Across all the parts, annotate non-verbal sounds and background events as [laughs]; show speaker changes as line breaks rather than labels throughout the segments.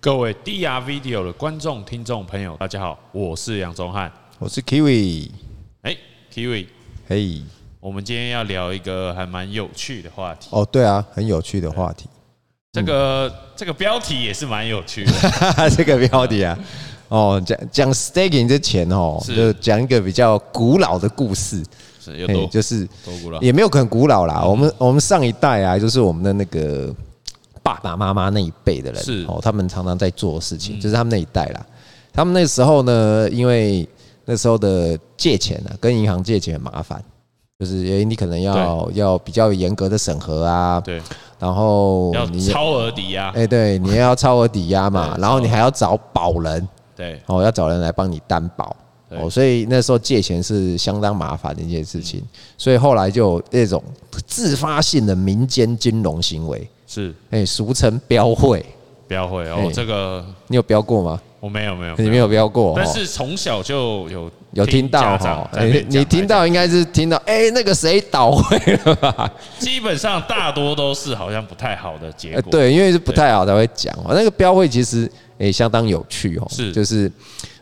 各位 DR Video 的观众、听众朋友，大家好，我是杨宗翰。
我是 Kiwi，
哎、k i w i
嘿，
我们今天要聊一个还蛮有趣的话题。
哦，对啊，很有趣的话题， [laughs]
这个、这个标题也是蛮有趣
[laughs]
的，
哈哈，这个标题啊，哦，讲讲 staking 之前哦，
是
就讲一个比较古老的故事，
是嗯有
嘿
多
哎就是
多古老
也没有很古老啦，我们我们上一代啊，就是我们的那个爸爸妈妈那一辈的人，
是嗯
哦，他们常常在做的事情，就是他们那一代啦，他们那时候呢，因为那时候的借钱啊，跟银行借钱很麻烦。就是，诶，你可能要要比较严格的审核啊，
对，
然后
要
你
超额抵押，
哎、对，你要超额抵押嘛，
对
然后你还要找保人，
对，
哦，要找人来帮你担保，
对
哦，所以那时候借钱是相当麻烦的一件事情，
嗯
所以后来就有那种自发性的民间金融行为，
是
哎、俗称标会，
标会哦
哎。
这个
你有标过吗？
我没有没有，
你没有标过，
但
哦
是从小就有
有听到
家
哈
长，
哎
在那边
你
讲
听，到应该是听到，哎、那个谁倒会了吧？
基本上大多都是好像不太好的结
呃，
果。
对，因为是不太好才会讲哦。那个标会其实也、诶相当有趣哦，
是
就是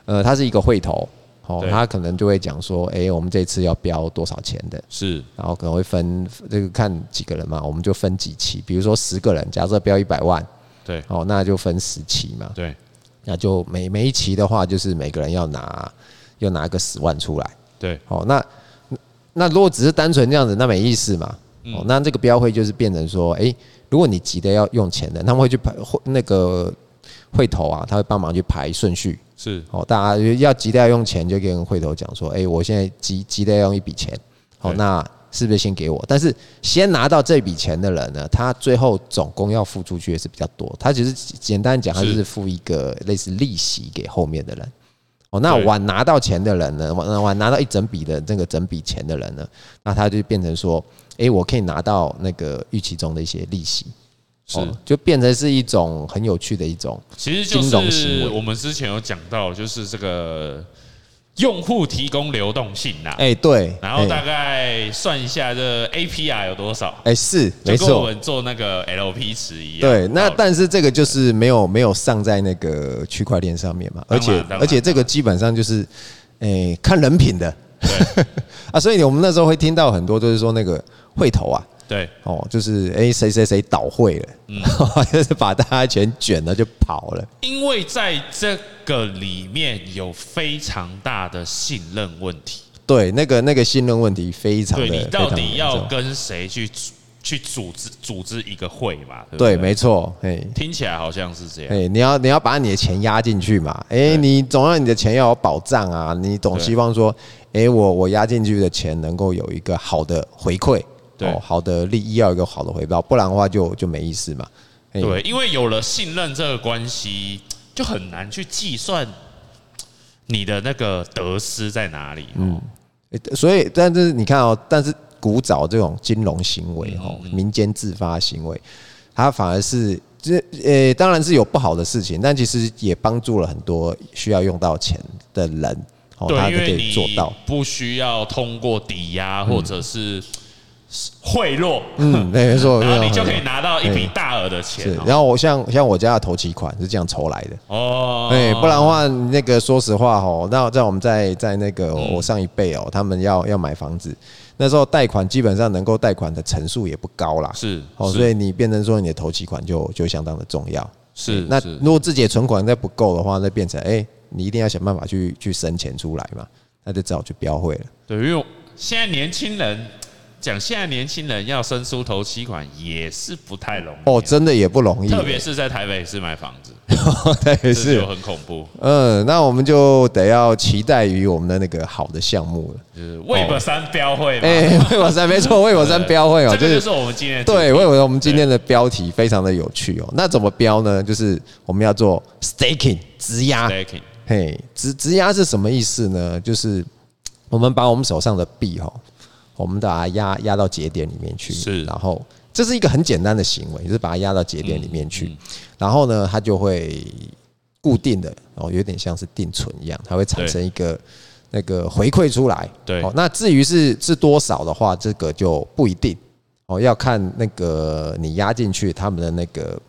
呃，它是一个会头哦
对，
他可能就会讲说，哎、我们这次要标多少钱的，
是
然后可能会分这个看几个人嘛，我们就分几期，比如说十个人，假设标一百万
对
哦，那就分十期嘛，
对
那就每每一期的话，就是每个人要拿要拿个十万出来。
对，
哦，那那如果只是单纯这样子，那没意思嘛。哦，那这个标会就是变成说，诶，如果你急的要用钱的，他们会去排会那个会头啊，他会帮忙去排顺序。
是
哦，大家要急的要用钱，就跟会头讲说，诶，我现在急急的要用一笔钱，哦，
对
那是不是先给我？但是先拿到这笔钱的人呢，他最后总共要付出去也是比较多。他其实简单讲，他就是是付一个类似利息给后面的人。哦，那
对
晚拿到钱的人呢，晚晚拿到一整笔的这个整笔钱的人呢，那他就变成说，诶，我可以拿到那个预期中的一些利息，
是，
就变成是一种很有趣的一种，
其实就
金融行
是
为
我们之前有讲到，就是这个用户提供流动性啦，
诶，哎对，
啊然后
诶
大概算一下这 APR 有多少，
诶哎是
就
没
跟我
错，
们做那个 LP 池一样。
对，那
道理
但是这个就是没有没有上在那个区块链上面嘛，
当然
而且
当然
而且这个基本上就是，诶、看人品的， [laughs] 啊，所以我们那时候会听到很多就是说那个会头啊，
对
哦，就是诶谁谁谁倒会了，
嗯
[laughs] 就是把大家全卷了就跑了，
因为在这个里面有非常大的信任问题，
对，那个那个信任问题非常的，
对你到
非常
底
严
要
重
跟谁去组去组织组织一个会嘛？对不对，
对，没错，哎。
听起来好像是这样。
哎、你要你要把你的钱压进去嘛？哎、你总要你的钱要有保障啊，你总
对
希望说，哎、我我压进去的钱能够有一个好的回馈，哦
对
好的利益要有一个好的回报，不然的话就就没意思嘛。哎
对，因为有了信任这个关系，就很难去计算你的那个得失在哪里。嗯，
欸所以，但是你看哦，但是古早这种金融行
嗯
为哦，民间自发行为，它反而是这呃、当然是有不好的事情，但其实也帮助了很多需要用到钱的人哦，
对，
他
因
就可
为
以做
你 [laughs]
到。
不需要通过抵押或者是贿赂，
嗯，对没错，
然后 [laughs]
没
你
错
就可
没
以
错
拿到一笔
嗯
大额的钱
是，
哦。
然后我像像我家的头期款是这样筹来的，
哦，
哎、不然的话，那个说实话吼，那在我们在在那个
嗯
我上一辈哦，他们要要买房子，那时候贷款基本上能够贷款的层数也不高啦，
是
哦，
是
所以你变成说你的头期款就就相当的重要。
是
哎那
是
如果自己的存款再不够的话，那变成哎、你一定要想办法去去生钱出来嘛，那就只好去标会了。
对，因为现在年轻人讲，现在年轻人要生出头期款也是不太容易
哦，真的也不容易，
特别是在台北市买房子，
[laughs] 对
这
是
就，很恐怖。
嗯，那我们就得要期待于我们的那个好的项目了。
就是魏博三标会嘛，
哦哎、魏火山没错，魏火山标会哦、
[laughs] 这
就
个就是是我们今天的
对啊
主
魏
题
火山，我们今天的标题非常的有趣哦、那怎么标呢？就是我们要做 staking 质押，
staking
嘿，质质押是什么意思呢？就是我们把我们手上的币哈、我们把它压压到节点里面去，
是
然后这是一个很简单的行为，就是把它压到节点里面
嗯
去，然后呢，它就会固定的哦，有点像是定存一样，它会产生一个那个回馈出来。
对
哦，那至于是是多少的话，这个就不一定哦，要看那个你压进去他们的那个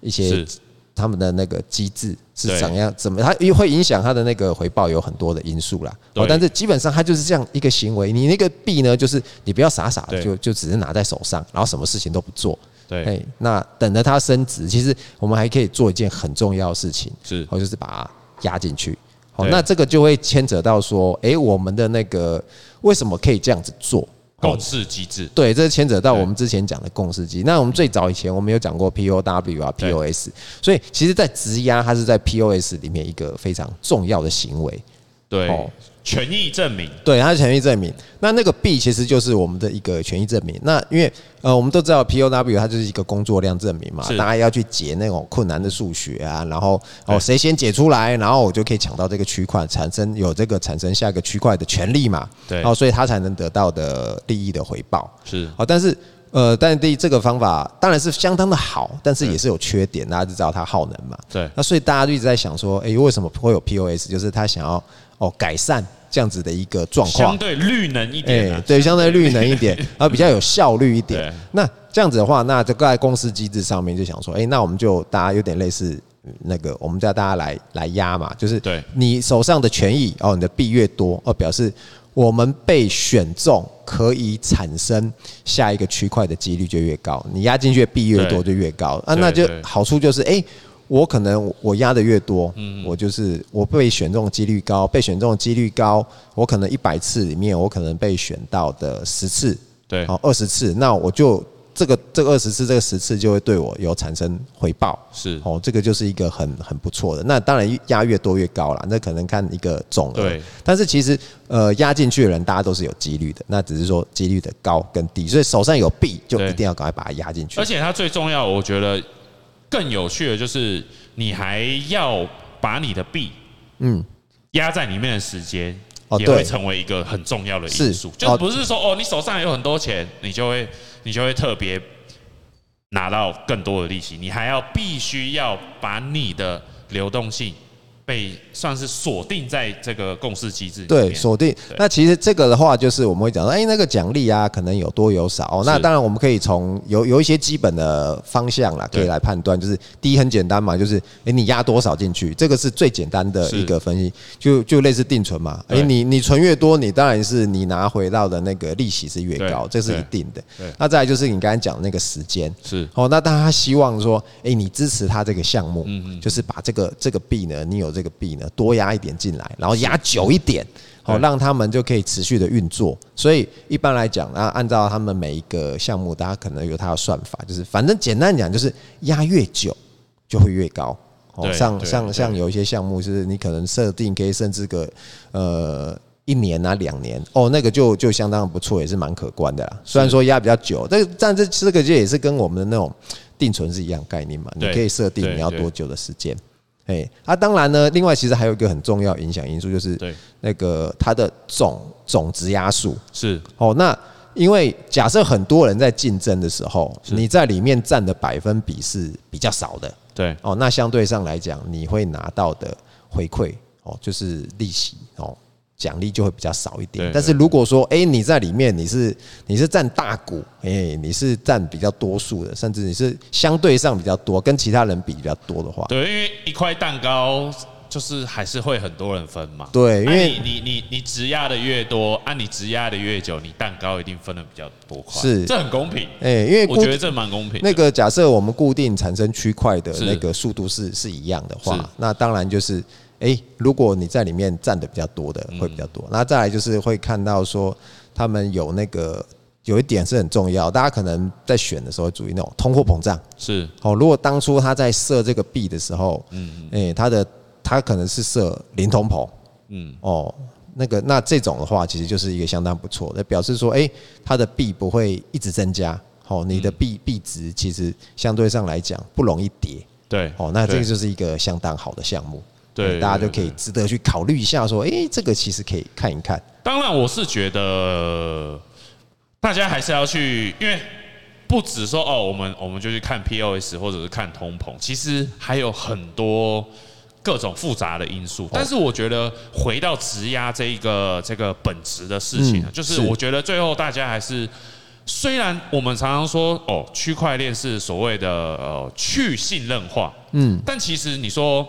一些
是
他们的那个机制是
对
怎样哎怎么，它也会影响它的那个回报有很多的因素啦。哦
对，
但是基本上它就是这样一个行为，你那个币呢，就是你不要傻傻的
对
就就只是拿在手上，然后什么事情都不做。
对，
哎，那等着它升值，其实我们还可以做一件很重要的事情，
是
哦，就是把它压进去。好，
对
那这个就会牵扯到说，哎、我们的那个为什么可以这样子做？哦
共识机制，
对，这牵扯到
对
我们之前讲的共识机。那我们最早以前我们有讲过 POW 啊
对
POS，所以其实在质押它是在 POS 里面一个非常重要的行为。
对
哦，
权益证明，
对，它是权益证明。那那个 B 其实就是我们的一个权益证明。那因为呃，我们都知道 POW 它就是一个工作量证明嘛
是，
大家要去解那种困难的数学啊，然后哦谁先解出来，然后我就可以抢到这个区块，产生有这个产生下一个区块的权利嘛。
对
哦，所以它才能得到的利益的回报。
是
好，但是呃，但第一这个方法当然是相当的好，但是也是有缺点，大家就知道它耗能嘛。
对
那所以大家就一直在想说，哎诶，为什么会有 POS？就是他想要哦改善这样子的一个状况
相，对绿能一
诶，
点啊，
哎对，相对绿能一
[laughs]
点，然后比较有效率一
对
点。那这样子的话，那这个在公司机制上面就想说，诶，哎那我们就大家有点类似。嗯那个，我们叫大家来来压嘛，就是
对
你手上的权益哦，你的币越多哦，表示我们被选中可以产生下一个区块的几率就越高，你压进去的币越多就越高啊，
对
那就
对
好处就是诶，我可能我压的越多，
嗯
我就是我被选中的几率高，被选中的几率高，我可能一百次里面我可能被选到的十次，
对
好二十次，那我就这个这个二十次这个十次就会对我有产生回报，
是
哦，这个就是一个很很不错的。那当然压越多越高啦，那可能看一个总额
对。
但是其实呃压进去的人大家都是有几率的，那只是说几率的高跟低，所以手上有币就
对
一定要赶快把它压进去
而。且它最重要，我觉得更有趣的就是，你还要把你的币，嗯
嗯，
压在里面的时间，
哦
也
对
会成为一个很重要的因
是
素。
哦
就不是说哦，你手上有很多钱，你就会你就会特别拿到更多的利息，你还要必须要把你的流动性被算是锁定在这个共识机制里面。
对，锁定。那其实这个的话，就是我们会讲说，哎、那个奖励啊，可能有多有少。哦、那
是
当然，我们可以从有有一些基本的方向啦，可
对
以来判断。就是第一，很简单嘛，就是哎、你压多少进去，这个是最简单的
是
一个分析，就就类似定存嘛。哎、
对
你你存越多，你当然是你拿回到的那个利息是越
对
高，这是
对
一定的
对。
那再来就是你刚才讲的那个时间，
是
哦，那大家希望说，哎、你支持他这个项目，
嗯嗯
就是把这个这个币呢，你有这个币呢，多压一点进来，然后压久一点，好、哦，
对
让他们就可以持续的运作。所以一般来讲，啊，按照他们每一个项目，大家可能有他的算法，就是反正简单讲，就是压越久就会越高。哦，
对
像
对
像
对
像有一些项目是你可能设定可以甚至个呃一年啊两年哦，那个就就相当不错，也是蛮可观的啦。虽然说压比较久，但但这这个就也是跟我们的那种定存是一样概念嘛，你
对
可以设定
对
你要
对
多久的时间。哎，啊，当然呢，另外其实还有一个很重要影响因素就是
对，
那个它的总总质押数
是
哦，那。因为假设很多人在竞争的时候，你在里面占的百分比是比较少的，
对，
哦，那相对上来讲，你会拿到的回馈哦，就是利息哦，奖励就会比较少一
对
点。但是如果说，哎、你在里面你是你是占大股，哎、你是占比较多数的，甚至你是相对上比较多，跟其他人比比较多的话，
对，因为一块蛋糕就是还是会很多人分嘛。
对因为
啊、你你你你质押的越多，按、啊、你质押的越久，你蛋糕一定分的比较多块，
是
这很公平。
哎、因为
我
固
觉得这蛮公平的。
那个假设我们固定产生区块的
是
那个速度是是一样的
是
话，那当然就是，诶，如果你在里面占的比较多的
嗯
会比较多，那再来就是会看到说他们有那个有一点是很重要，大家可能在选的时候会注意那种通货膨胀。
是
哦，如果当初他在设这个币的时候，嗯，诶，他的他可能是设零通膨，
嗯，
哦，那个那这种的话，其实就是一个相当不错的，表示说，诶，它的币不会一直增加，哦，你
嗯
的币币值其实相对上来讲不容易跌，
对。
哦，那这个
对
就是一个相当好的项目，
对
大家
对
就可以
对
值得去考虑一下，说，诶，这个其实可以看一看，
当然，我是觉得大家还是要去，因为不只说哦，我们我们就去看 POS 或者是看通膨，其实还有很多各种复杂的因
哦
素。但是我觉得回到质押这一个这个本质的事情啊，
嗯
就是
是
我觉得最后大家还是。虽然我们常常说哦，区块链是所谓的呃去信任化，
嗯，
但其实你说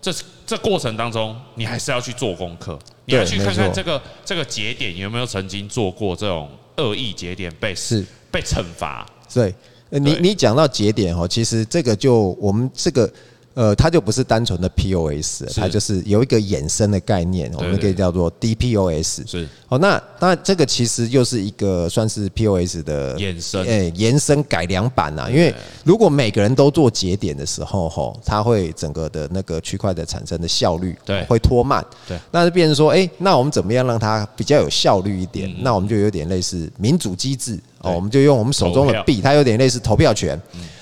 这这过程当中，你还是要去做功课，你
对
要去看
没
看
错
这个这个节点有没有曾经做过这种恶意节点被
是
被惩罚，
对，呃你
对
你讲到节点哦，其实这个就我们这个呃，它就不是单纯的 POS，了
是
它就是有一个衍生的概念，我们可
对
以叫做 DPoS。
是
哦，那当然这个其实又是一个算是 POS 的
衍生
诶、延伸改良版啊呐、因为如果每个人都做节点的时候，吼，它会整个的那个区块的产生的效率
对
会拖慢，
对，
那就变成说，诶，那我们怎么样让它比较有效率一点？那我们就有点类似民主机制哦，
嗯对
我们就用我们手
投
中的
票嗯
币，它有点类似投票权，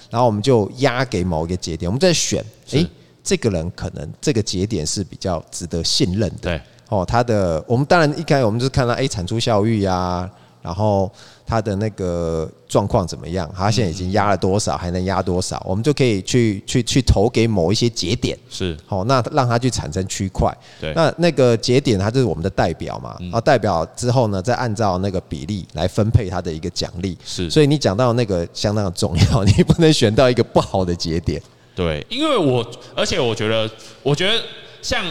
然后我们就压给某一个节点，我们再选，
是
诶，这个人可能这个节点是比较值得信任的。
对，
哦，它的我们当然一开始我们就是看到哎、产出效率啊，然后它的那个状况怎么样，它现在已经压了多少，还能压多少，我们就可以去去去投给某一些节点。
是
好、那让它去产生区块。
对嗯
那那个节点它就是我们的代表嘛，然后代表之后呢，再按照那个比例来分配它的一个奖励。
是
所以你讲到那个相当的重要， [laughs] 你不能选到一个不好的节点。
对，因为我而且我觉得，我觉得像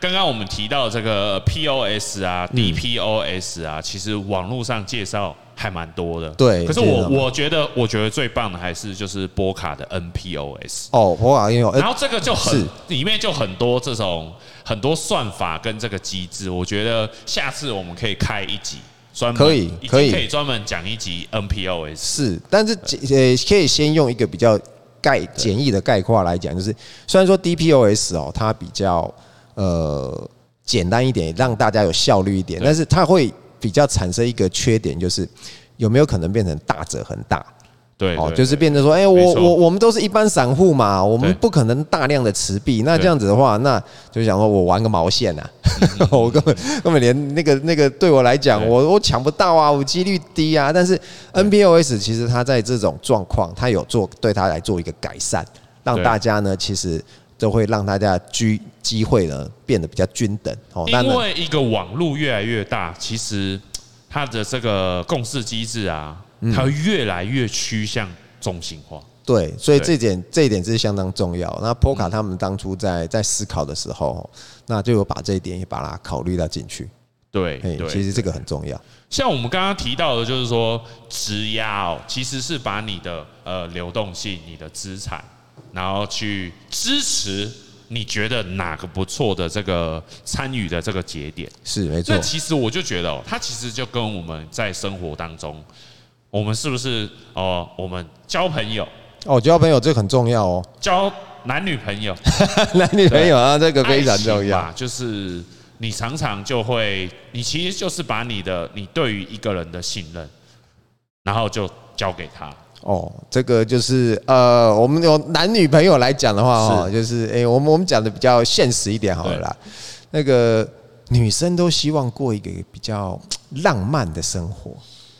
刚刚我们提到这个 POS 啊、DPoS 啊，其实网络上介绍还蛮多的。
对
可是
介
我
绍蛮多
我觉得，我觉得最棒的还是就是波卡的 NPOS。
哦，我好像有，呃
然后这个就很
是
里面就很多这种很多算法跟这个机制，我觉得下次我们可以开一集专门
可以
已经
可以
可以专门讲一集 NPOS。
是，但是简呃，可以先用一个比较概简易的概括来讲，就是虽然说 DPoS 哦，它比较呃简单一点，让大家有效率一点，
对
但是它会比较产生一个缺点，就是有没有可能变成大者恒大？
对，
哦，
对
就是
对
变成说，哎、
没
我
错
我我们都是一般散户嘛，我们
对
不可能大量的持币。那
对嗯
这样子的话，那就想说我玩个毛线呐、啊， [laughs] 我根本根本连那个那个对我来讲，
对
我我抢不到啊，我几率低啊。但是 NPOS 其实它在这种状况，它有做对它来做一个改善，让
对
大家呢其实都会让大家居机会呢变得比较均等哦。那
因为一个网络越来越大，其实它的这个共识机制啊，
嗯
它会越来越趋向中心化。
对，所以
对嗯
这点这一点是相当重要。那 Poca 他们当初在在思考的时候，那就有把这一点也把它考虑到进去。
对
哎，
对，
其实这个很重要。
像我们刚刚提到的，就是说质押哦，其实是把你的呃流动性、你的资产，然后去支持你觉得哪个不错的这个参与的这个节点。
是没错
那，其实我就觉得哦，它其实就跟我们在生活当中，我们是不是哦、我们交朋友、
哦，交朋友这个很重
[laughs]
要哦，
交男女朋友，
男女朋友啊，这个非常重
爱情
要。
嘛就是你常常就会，你其实就是把你的你对于一个人的信任，然后就交给他。
哦，这个就是呃，我们有男女朋友来讲的话哦，就是哎、我们我们讲的比较现实一点好了啦。那个女生都希望过一个比较浪漫的生活。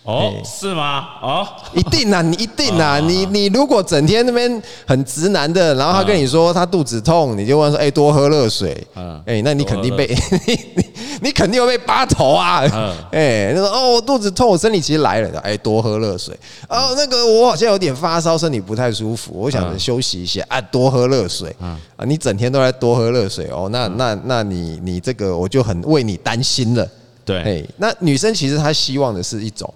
哦
对，
是吗？哦，
一定啊，你一定啊，你你如果整天那边很直男的，然后他跟你说他肚子痛，你就问说，哎，多喝热水
嗯，
哎，那你
多喝
肯定被你 [laughs] 你你肯定会被扒头啊
嗯，
哎，他说哦，我肚子痛，我生理期来了，哎，多喝热水，哦，那个我好像有点发烧，身体不太舒服，我想
嗯
休息一下啊，多喝热水啊，你整天都在多喝热水哦，那那那你你这个我就很为你担心了。
对，
哎，那女生其实她希望的是一种。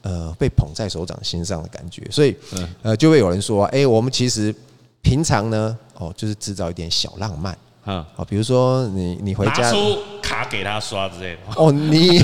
呃，被捧在手掌心上的感觉，所以
嗯
呃，就会有人说，哎、我们其实平常呢，哦，就是制造一点小浪漫
嗯，
哦，比如说你你回
拿
家，
出卡给他刷之类的，
哦，
[laughs]
你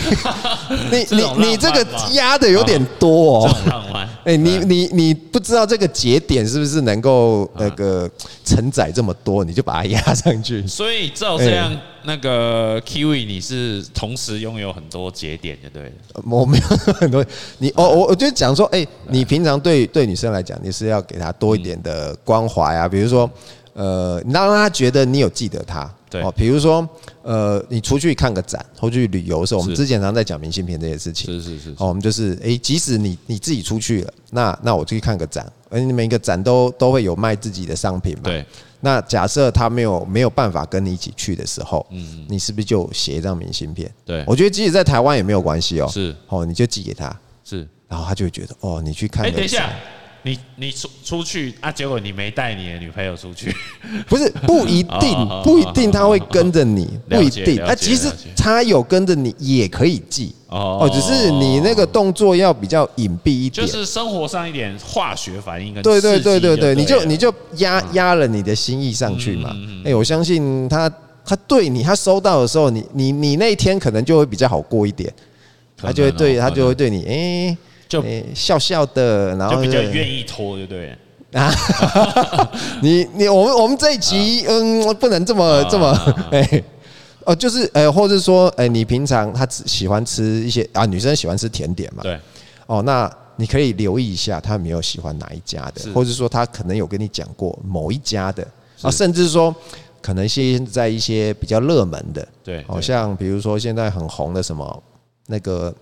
你
这种浪漫
你你这个
嘛啊
压的有点多
这
哦，
种嗯浪
[laughs]
漫。
哎、你你你不知道这个节点是不是能够
嗯
那个承载这么多，你就把它压上去，
所以照这样，那个 Kiwi 你是同时拥有很多节点，就对了。
呃我没有很多， [laughs] 你哦，我我就讲说，哎、你平常对对女生来讲，你是要给她多一点的关怀
嗯
啊，比如说，呃，你让她觉得你有记得她，
对
哦，比如说，呃，你出去看个展，或去旅游的时候，我们
是
之前常在讲明信片这些事情，
是是
哦，我们就是，哎、即使你你自己出去了，那那我就去看个展，而你每个展都都会有卖自己的商品嘛，
对，
那假设他没有没有办法跟你一起去的时候，嗯，你是不是就写一张明信片？
对
我觉得即使在台湾也没有关系哦。
是
哦，你就寄给他。
是
然后他就会觉得哦，你去看，
哎、等一下，，你你出出去啊，结果你没带你的女朋友出去，
不是不一
[laughs]
定
哦哦，
不一定他会跟着你，
了解
不一定。
了解
那其实
了解
他有跟着你也可以记
哦
哦，只是你那个动作要比较隐蔽一
就
点。
是生活上一点化学反应跟
对
刺
对
激
对对对，你就
了嗯
你就压压了你的心意上去嘛
嗯嗯。
哎，我相信他，他对你，他收到的时候，你你你那一天可能就会比较好过一点，
可
他
能
就会对
哦
他
可
就会
能
对你哎，
啊就
哎笑笑的，然后
就比较
是
愿意拖，对不对？
啊，你你我们我们这一集，嗯，不能这么
啊
这么， [laughs] 哎，哦，就是呃，或者说，哎，你平常他只喜欢吃一些啊，女生喜欢吃甜点嘛，
对，
哦，那你可以留意一下，他有没有喜欢哪一家
是
的，或者说他可能有跟你讲过某一家的
是
啊，甚至说可能现在一些比较热门的，
对
好、
对
像比如说现在很红的什么那个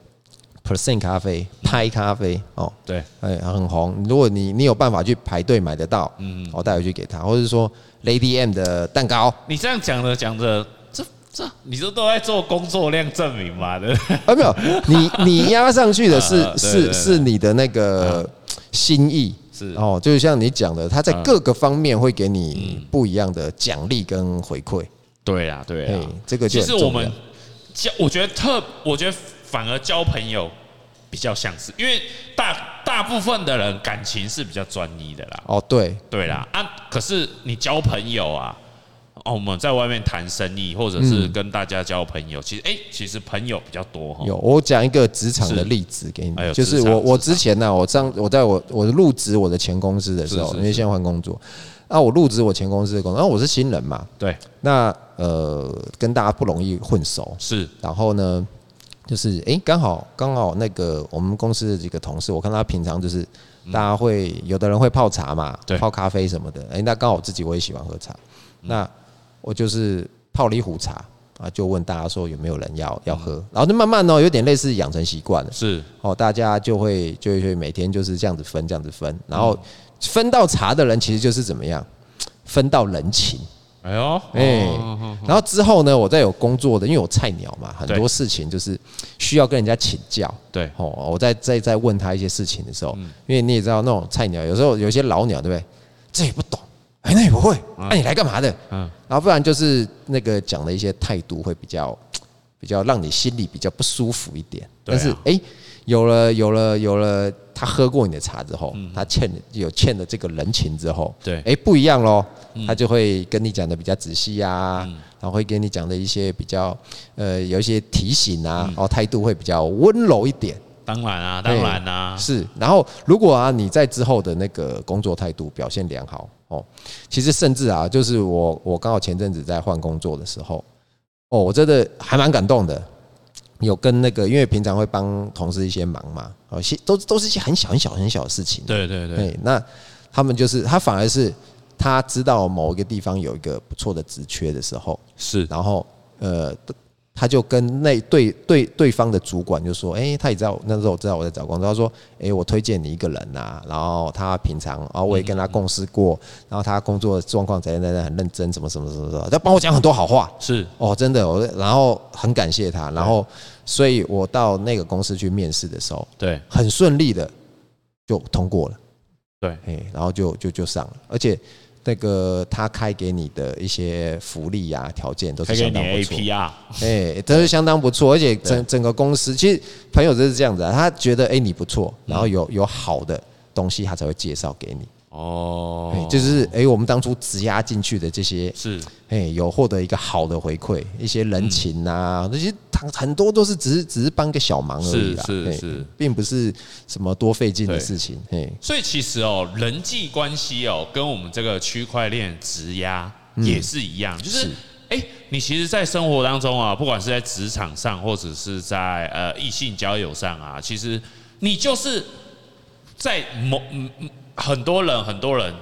percent 咖啡、拍咖啡哦，
对，
哎，很红。如果你你有办法去排队买得到，
嗯
嗯，我带回去给他，或者说 Lady M 的蛋糕， [laughs]
你这样讲着讲着，这这你这都在做工作量证明嘛？对不
[laughs]
对？
啊，没有，你你压上去的是
啊啊对对
是
对啊
是你的那个心意，
是
哦，就是像你讲的，他在
嗯
各个方面会给你不一样的奖励跟回馈，
对啊，对
哎
啊。，
这个就
其
很
实我
重要
们交，我觉得特，我觉得反而交朋友比较像是，因为大大部分的人感情是比较专一的啦。
哦，对，
对啦，啊，可是你交朋友啊，哦，我们在外面谈生意，或者
嗯
是跟大家交朋友，其实哎、其实朋友比较多哈。
有，我讲一个职场
哦是
的例子给你
哎呦，
就是
职场
我我
职
之前呢、我上我在我我入职我的前公司的时
是
候，
是
因为
是
现在换工作，啊，我入职我前公司的工作，然啊后我是新人嘛，
对，
那呃跟大家不容易混熟，
是
然后呢，就是诶，刚、好刚好那个我们公司的几个同事，我看他平常就是大家会、有的人会泡茶嘛
对，
泡咖啡什么的。诶、那刚好我自己我也喜欢喝茶，那我就是泡了一壶茶啊，就问大家说有没有人要要喝，然后就慢慢哦、有点类似养成习惯了。
是，
哦，大家就会就会就会每天就是这样子分，这样子分，然后分到茶的人其实就是怎么样，分到人情。
哎呦，
哎、
哦
然后之后呢，我再有工作的，因为我菜鸟嘛，很
对
多事情就是需要跟人家请教。
对
哦，我在在在问他一些事情的时候，
嗯
因为你也知道那种菜鸟，有时候有些老鸟，对不对？这也不懂，哎、那也不会，那、你来干嘛的？
嗯，
然后不然就是那个讲的一些态度会比较比较让你心里比较不舒服一点。
对啊
但是哎、有了有了有了，他喝过你的茶之后，
嗯
他欠有欠了这个人情之后，
对嗯
哎、不一样喽。他就会跟你讲的比较仔细啊，然后会跟你讲的一些比较呃有一些提醒啊，
嗯
然后态度会比较温柔一点。
当然啊，当然啊，
是，然后如果啊你在之后的那个工作态度表现良好哦，其实甚至啊，就是我我刚好前阵子在换工作的时候，哦，我真的还蛮感动的。有跟那个，因为平常会帮同事一些忙嘛，哦，些都都是一些很小很小很小的事情。
对对对，
对，那他们就是他反而是他知道某一个地方有一个不错的职缺的时候，
是
然后呃，他就跟那对对对方的主管就说，哎、他也知道那时候我知道我在找工作，他说，哎、我推荐你一个人呐、啊然后他平常啊，我也跟他共事过，然后他工作状况怎样怎样很认真，什么什么什么什么，他帮我讲很多好话。
是，
哦，真的，我然后很感谢他，然后所以我到那个公司去面试的时候，
对
很顺利的就通过了，
对
哎，然后就就就上了，而且那个他开给你的一些福利啊条件都
开
是
给
相
你
当不
A
错，
P 啊 R，
哎，都是相当不错，而且整整个公司其实朋友就是这样子啊，他觉得哎、你不错，
嗯
然后有有好的东西他才会介绍给你，哎
哦，
就是哎、我们当初植压进去的这些
是
哎、有获得一个好的回馈，一些
嗯
人情啊，那些很很多都是只是只是帮个小忙而已啦，
是是
嘿
是
并不是什么多费劲的事情，嘿，
所以其实哦，人际关系哦，跟我们这个区块链质押也是一样，嗯就是
是
哎、你其实，在生活当中啊，不管是在职场上，或者是在呃异性交友上啊，其实你就是在某嗯嗯很多人很多人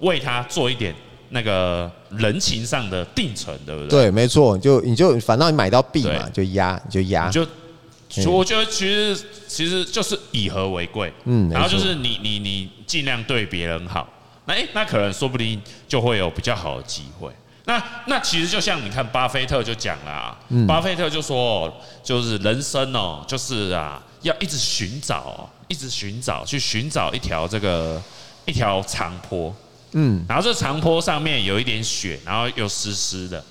为他做一点那个人情上的定存，对不对？
对，没错，你就你就反倒你买到币嘛，
对
就压你就压
你，就。其我觉得其实其实就是以和为贵，
嗯
嗯，
没
然后就
错
是你你你尽量对别人好，那诶、那可能说不定就会有比较好的机会。那那其实就像你看，
嗯
巴菲特就讲啦、巴菲特就说，就是人生哦，就是啊，要一直寻找哦，一直寻找，去寻找一条这个一条长坡，
嗯，
然后这长坡上面有一点雪，然后又湿湿的，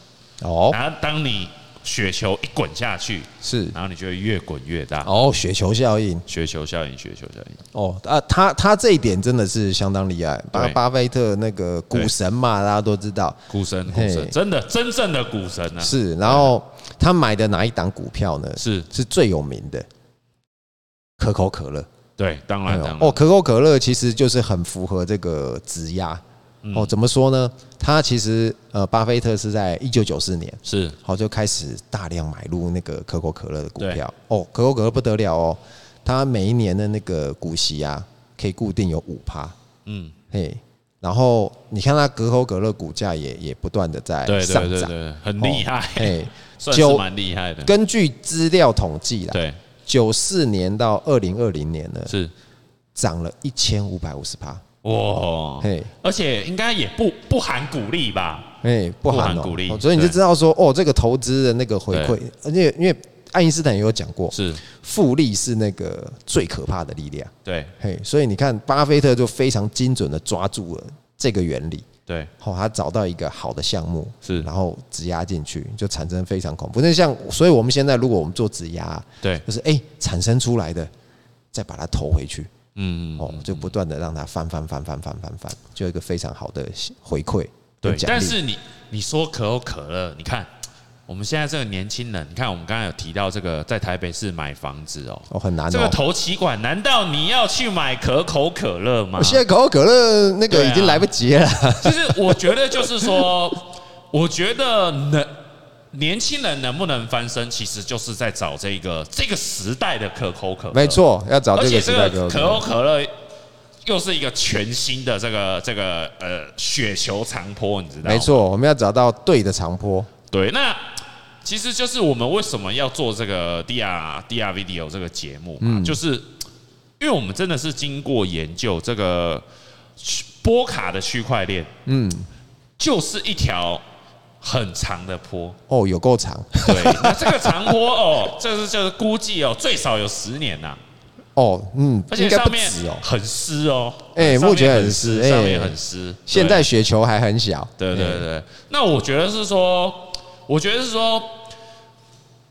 哦，
然后当你雪球一滚下去，
是，
然后你就会越滚越大。
哦，雪球效应，
雪球效应，雪球效应，
哦，啊，他他这一点真的是相当厉害，巴
对啊
巴菲特那个股神嘛，大家都知道
股神，股
嘿
神，真的真正的股神呢、啊？
是，然后他买的哪一档股票呢？
是，
是最有名的，可口可乐。
对，当然，当然，
哦，可口可乐其实就是很符合这个质押。
嗯
哦，怎么说呢？他其实呃，巴菲特是在一九九四年，
是
好就开始大量买入那个可口可乐的股票。哦，可口可乐不得了哦，它每一年的那个股息啊，可以固定有五趴。
嗯，
嘿，然后你看它可口可乐股价也也不断的在
对
上
对对
涨，哦
对，很厉害，
嘿，
[laughs] 算是蛮厉害的。
根据资料统计啦，
对，
九四年到二零二零年呢，
是
涨了一千五百五十趴，
哇，
嘿，
而且应该也不不含鼓励吧？
哎，不含
不含
哦
鼓励
哦所以你就
对
知道说，哦，这个投资的那个回馈，而且因为爱因斯坦也有讲过，
是，
复利是那个最可怕的力量，
对
嘿，所以你看巴菲特就非常精准的抓住了这个原理，
对，
哦，他找到一个好的项目，
是
然后质押进去，就产生非常恐怖。那像，所以我们现在如果我们做质押，
对，
就是哎、产生出来的，再把它投回去，
嗯，
哦，就不断的让它翻翻翻翻翻翻翻，就有一个非常好的回馈
对
跟。奖励。
但是你你说可口可乐，你看我们现在这个年轻人，你看我们刚才有提到这个在台北市买房子哦，
哦，很难
这个
哦。
投期款，难道你要去买可口可乐吗？
现在可口可乐那个
啊对啊
已经来不
[laughs]
及了，
就是我觉得就是说，我觉得能年轻人能不能翻身，其实就是在找这个这个时代的可口可乐。
没，错，要找
而
这
且
个
这
时代
个
可口
可
可
口
乐。
可乐又是一个全新的这个这个呃雪球长坡，你知道吗？
没，错，我们要找到对的长坡。
对，那。其实就是我们为什么要做这个 DR DR video 这个节目嘛，
嗯
就是因为我们真的是经过研究，这个波卡的区块链
嗯，
就是一条很长的坡。
哦，有够长
对， [laughs] 那这个长坡哦，这是就是估计哦，最少有十年呐、
哦，嗯，
而且
应该
上
不
面
止哦。
很湿哦，
哎
上面
目前很
很
湿哎
上面很湿。
现在雪球还很小。
对，对
哎
对对，那我觉得是说，我觉得是说，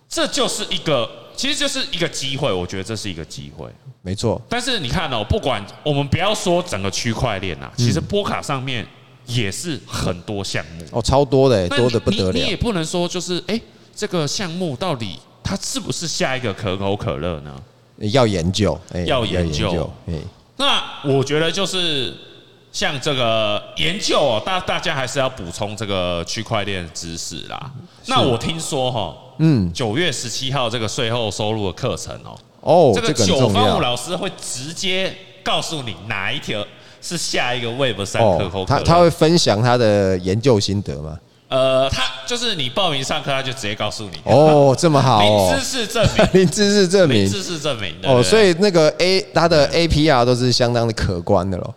这就是一个，其实就是一个机会，我觉得这是一个机会。
没错，
但是你看哦，不管我们不要说整个区块链呐，
嗯
其实波卡上面也是很多项目。
哦，超多的，
那
多的不
你
得
你你也
了。
不能说就是哎、诶这个项目到底它是不是下一个可口可乐呢？
要研究，哎
要研究，
哎，
那我觉得就是像这个研究哦，大大家还是要补充这个区块链知识啦。那我听说哈、哦，
嗯，
九月十七号这个税后收入的课程哦，
哦，
这个
这个很
九
重
方
要
五。老师会直接告诉你哪一条是下一个 Web 三可口
哦，
可
他
乐。
他会分享他的研究心
[laughs]
得吗？
呃，他就是你报名上课，他就直接告诉你。
哦，这么好
零
哦
知，识证明。
零知识 [laughs] 证
零
明
知识证明对不对
哦，所以那个 A 他的 APR 都是相当的可观的咯。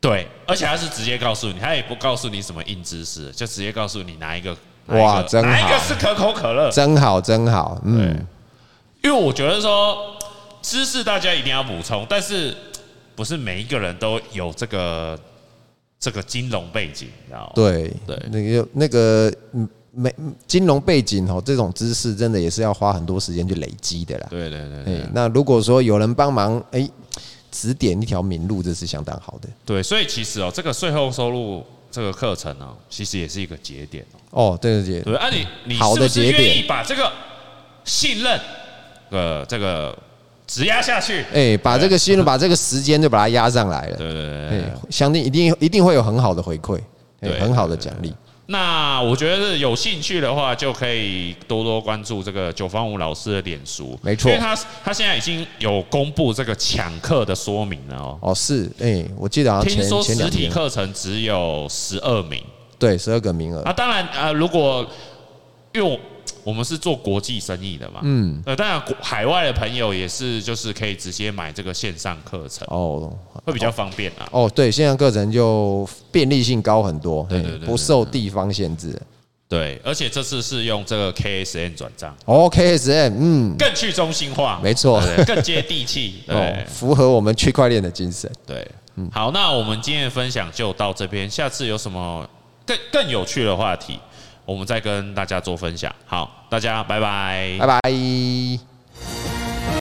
对，而且他是直接告诉你，他也不告诉你什么硬知识，就直接告诉你哪一个哪
哇
一个
真好
哪一个是可口可乐，
真好，真好，嗯，
因为我觉得说知识大家一定要补充，但是不是每一个人都有这个这个金融背景，你知道吗？
对
对
那个那个嗯没金融背景哦，这种知识真的也是要花很多时间去累积的啦。
对对对
哎
对，
那如果说有人帮忙，哎，指点一条明路，这是相当好的
对，所以其实哦，这个税后收入这个课程哦，其实也是一个节点哦。
哦，对对对，
对啊你，你
好
是
的
不是
节点
愿意把这个信任呃这个质押下去？
哎，把这个新闻，把这个时间就把它压上来了。
对对对对
哎，相信一定一定会有很好的回馈，哎
对
很好的奖励。
那我觉得是有兴趣的话，就可以多多关注这个九方五老师的脸书，
没错
因为他他现在已经有公布这个抢课的说明了哦。
哦，是，哎、我记得好像
听
前
说
前
实
两
体
天，
课程只有十二名
对，十二个名额，
啊，当然啊，呃如果因为我我们是做国际生意的嘛，
嗯，
呃，当然国海外的朋友也是就是可以直接买这个线上课程，
哦，
会比较方便啊。
哦，对，线上课程就便利性高很多，
对
嘿
对对对
不受地方限制，
对，而且这次是用这个 KSN 转账，
哦，KSM，嗯，
更去中心化，
没错
对更接地
[laughs]
气。
哦
对，
符合我们区块链的精神。
对，好，那我们今天的分享就到这边，下次有什么更更有趣的话题，我们再跟大家做分享。好，大家拜拜
拜拜。